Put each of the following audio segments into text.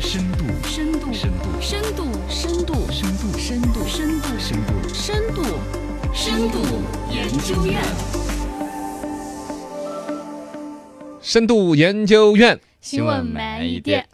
深度，深度，深度，深度，深度，深度，深度，深度，深度，深度，深度研究院，深度研究院新闻慢一点。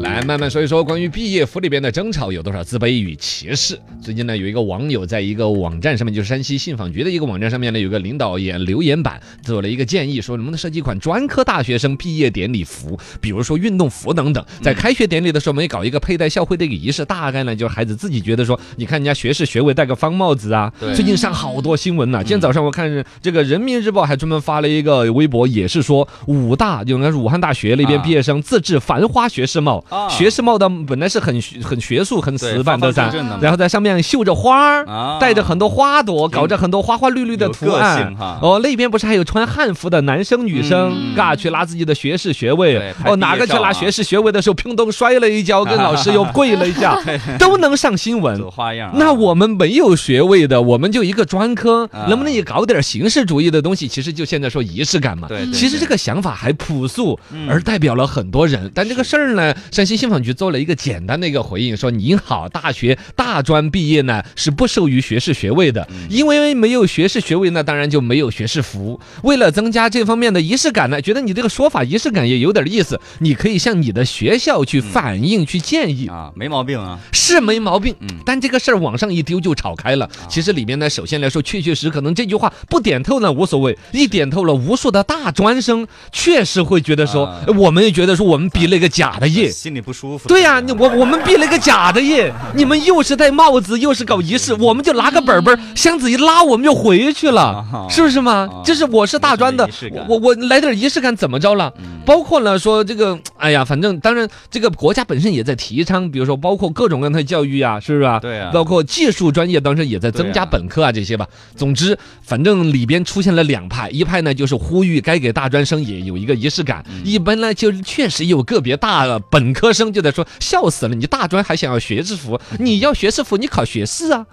来慢慢说一说关于毕业服里边的争吵有多少自卑与歧视。最近呢，有一个网友在一个网站上面，就是山西信访局的一个网站上面呢，有个领导也留言板做了一个建议，说能不能设计一款专科大学生毕业典礼服，比如说运动服等等，在开学典礼的时候，我们也搞一个佩戴校徽的一个仪式。大概呢，就是孩子自己觉得说，你看人家学士学位戴个方帽子啊，对最近上好多新嗯闻呐、今天早上我看这个人民日报还专门发了一个微博，也是说武大就应该是武汉大学那边啊毕业生自制繁花学士啊帽。学士帽的本来是很学很学术、很对死板的方方噻，正正的嘛然后在上面绣着花儿，啊带着很多花朵，搞着很多花花绿绿的有图个案性哈。哦，那边不是还有穿汉服的男生女生，嘎去拿自己的学士学位对。拍哦，毕哪业个去照拿啊学士学位的时候，砰咚摔了一跤，跟老师又跪了一 下，都能上新闻走。花样啊。嗯那我们没有学位的，我们就一个专科，啊能不能也搞点形式主义的东西？其实就现在说仪式感嘛。对，对其实这对个想法还朴素嗯，而代表了很多人。但这个事儿呢，山西信访局做了一个简单的一个回应，说您好，大学大专毕业呢是不授予学士学位的，嗯因为没有学士学位，那当然就没有学士服。为了增加这方面的仪式感呢，觉得你这个说法仪式感也有点意思，你可以向你的学校去反映、去建议。啊，没毛病啊。是没毛病嗯，啊但这个事儿往上一丢就吵开了。其实里面呢，首先来说，确确实可能这句话不点透呢无所谓，一点透了，无数的大专生确实会觉得说，啊哎呃我们也觉得说我们比了一个假的业。心里不舒服。啊对呀、你我我们比了一个假的业，你们又是戴帽子，又是搞仪式，我们就拿个本本儿，嗯箱子一拉，我们就回去啊了，是不是嘛啊？就是我是大专的没什么仪式，感我我来点仪式感怎么着了？嗯包括呢说这个，哎呀，反正当然这个国家本身也在提倡，比如说包括各种各样的教育啊，是不是啊？对啊 包括技术专业当时也在增加对啊本科啊这些吧。总之，反正里边出现了两派，一派呢就是呼吁该给大专生也有一个仪式感，嗯一般呢就确实有个别大本科生就在说笑死了，你大专还想要学士服，你要学士服你考学士啊。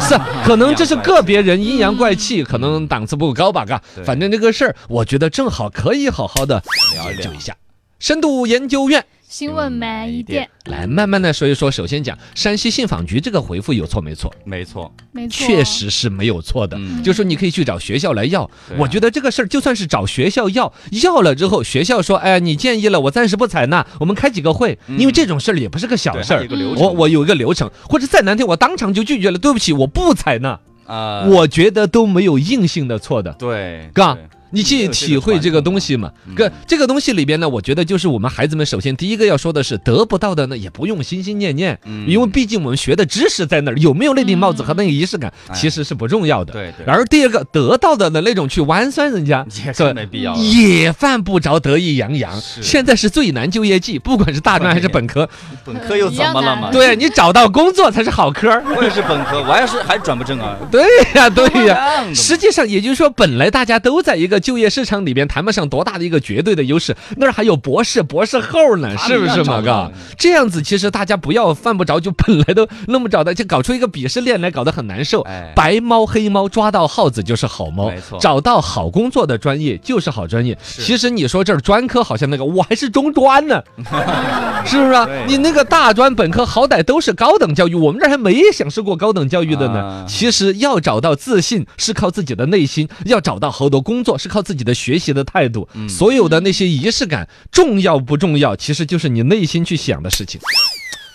是，可能这是个别人阴阳怪气，可能档次不高吧，嘎对。反正这个事儿，我觉得正好可以好好的聊一研聊究一下。深度研究院新闻慢一点，来慢慢的说一说。首先讲山西信访局这个回复有错没错？没错，没错，确实是没有错的。嗯就说你可以去找学校来要对，啊我觉得这个事儿就算是找学校要，要了之后学校说，哎，你建议了，我暂时不采纳，我们开几个会，因为这种事儿也不是个小嗯对事还有儿一个流，程我我有一个流程，或者再难听，我当场就拒绝了，对不起，我不采纳。啊，我觉得都没有硬性的错的，对，嘎对。你去体会这个东西嘛？这个传统嗯个这个东西里边呢，我觉得就是我们孩子们首先第一个要说的是，得不到的呢也不用心心念念，嗯因为毕竟我们学的知识在那儿，有没有那顶帽子和那个仪式感哎其实是不重要的。对对，而第二个得到的呢那种去玩酸人家，也这是没必要啊了。也犯不着得意洋洋。是现在是最难就业季，不管是大专还是本科，本科又怎么了嘛？对你找到工作才是好科儿。 我也是本科，我还是还转不正啊。对呀，对呀。这样的实际上，也就是说，本来大家都在一个就业市场里边，谈不上多大的一个绝对的优势，那儿还有博士、博士后呢，他是们不是要找嘛？到哥，这样子其实大家不要犯不着，就本来都弄不着的，就搞出一个鄙视链来，搞得很难受哎。白猫黑猫抓到耗子就是好猫没错，找到好工作的专业就是好专业。是其实你说这儿专科好像那个，我还是中专 呢，是不是啊对？你那个大专本科好歹都是高等教育，我们这儿还没享受过高等教育的啊呢。其实要找到自信是靠自己的内心，要找到好多工作是靠自己的学习的态度。嗯所有的那些仪式感重要不重要，其实就是你内心去想的事情。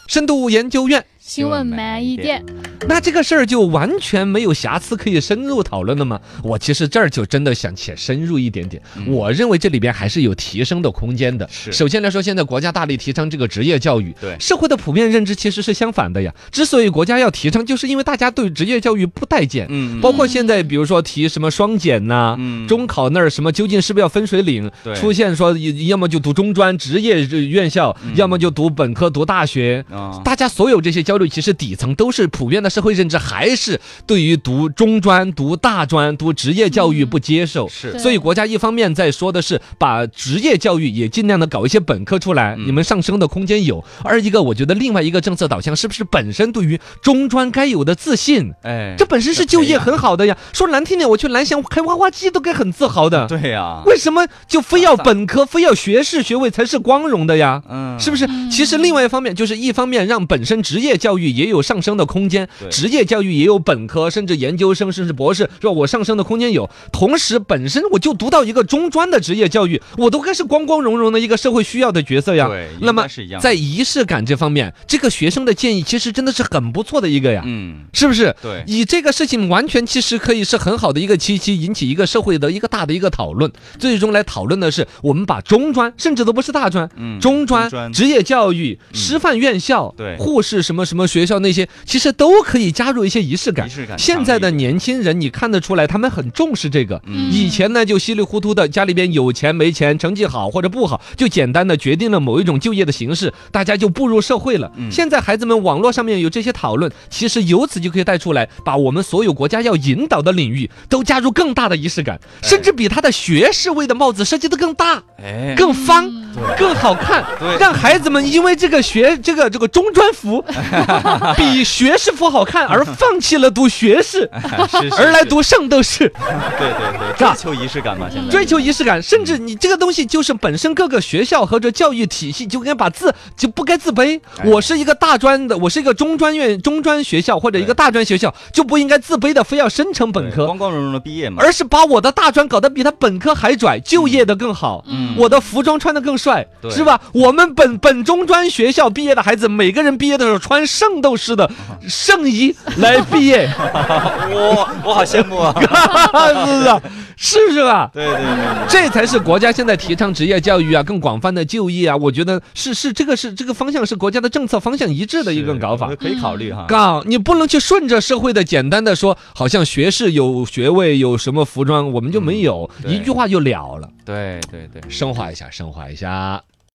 深度研究院，新闻慢一点，那这个事儿就完全没有瑕疵可以深入讨论了吗？我其实这儿就真的想且深入一点点，我认为这里边还是有提升的空间的。嗯是首先来说，现在国家大力提倡这个职业教育，对社会的普遍认知其实是相反的呀。之所以国家要提倡，就是因为大家对职业教育不待见。嗯，包括现在，比如说提什么双减呐、嗯中考那儿什么，究竟是不是要分水岭？对出现说，要嗯么就读中专职业院校，要么就读本科、读大学。啊，大家所有这些焦虑，其实底层都是普遍的社会认知，还是对于读中专、读大专、读职业教育嗯不接受。是对所以国家一方面在说的是把职业教育也尽量的搞一些本科出来，嗯你们上升的空间有；二一个，我觉得另外一个政策导向是不是本身对于中专该有的自信，哎，这本身是就业这培养很好的呀。说难听点，我去蓝翔开挖挖机都该很自豪的。啊对呀，为什么就非要本科、非要学士学位才是光荣的呀？嗯，是不是？嗯其实另外一方面就是一方面让本身职业教育也有上升的空间，对职业教育也有本科，甚至研究生，甚至博士，是吧？我上升的空间有。同时，本身我就读到一个中专的职业教育，我都该是光光荣荣的一个社会需要的角色呀。对，那么应该是一样的，在仪式感这方面，这个学生的建议其实真的是很不错的一个呀，嗯，是不是？对，以这个事情完全其实可以是很好的一个契机，引起一个社会的一个大的一个讨论。最终来讨论的是，我们把中专，甚至都不是大专，嗯中专、职业教育、师范院校、对护士什么什么学校那些，其实都可以加入一些仪式仪感。式感强现烈在的年轻人，你看得出来，他们很重视这个。嗯以前呢，就稀里糊涂的，家里边有钱没钱，成绩好或者不好，就简单的决定了某一种就业的形式，大家就步入社会了。嗯现在孩子们网络上面有这些讨论，其实由此就可以带出来，把我们所有国家要引导的领域都加入更大的仪式感，哎甚至比他的学士位的帽子设计得更大、哎，更方、更好看对，让孩子们因为这个学这个这个中专 服比学士服好看，而放弃了读学士， 是是而来是读圣斗士。对对对，是吧追求仪式感嘛，现在追求仪式感，甚至你这个东西就是本身各个学校和这教育体系就应该把自就不该自卑。哎我是一个大专的，我是一个中专院中专学校或者一个对大专学校，就不应该自卑的非要升成本对科，光光荣荣的毕业嘛，而是把我的大专搞得比他本科还拽，就业的更好。嗯我的服装穿得更帅，对是吧？我们本本中专学校毕业的孩子，每个人毕业的时候穿圣斗士的嗯圣衣来毕 业，是我我好羡慕啊！不是？是不是吧？对对对，这才是国家现在提倡职业教育啊，更广泛的就业啊，我觉得是是这个是这个方向是国家的政策方向一致的一个搞法是。可以考虑哈。搞，你不能去顺着社会的简单的说，好像学士有学位有什么服装，我们就没有，嗯对一句话就了了。对对对。升华一下，升华一下。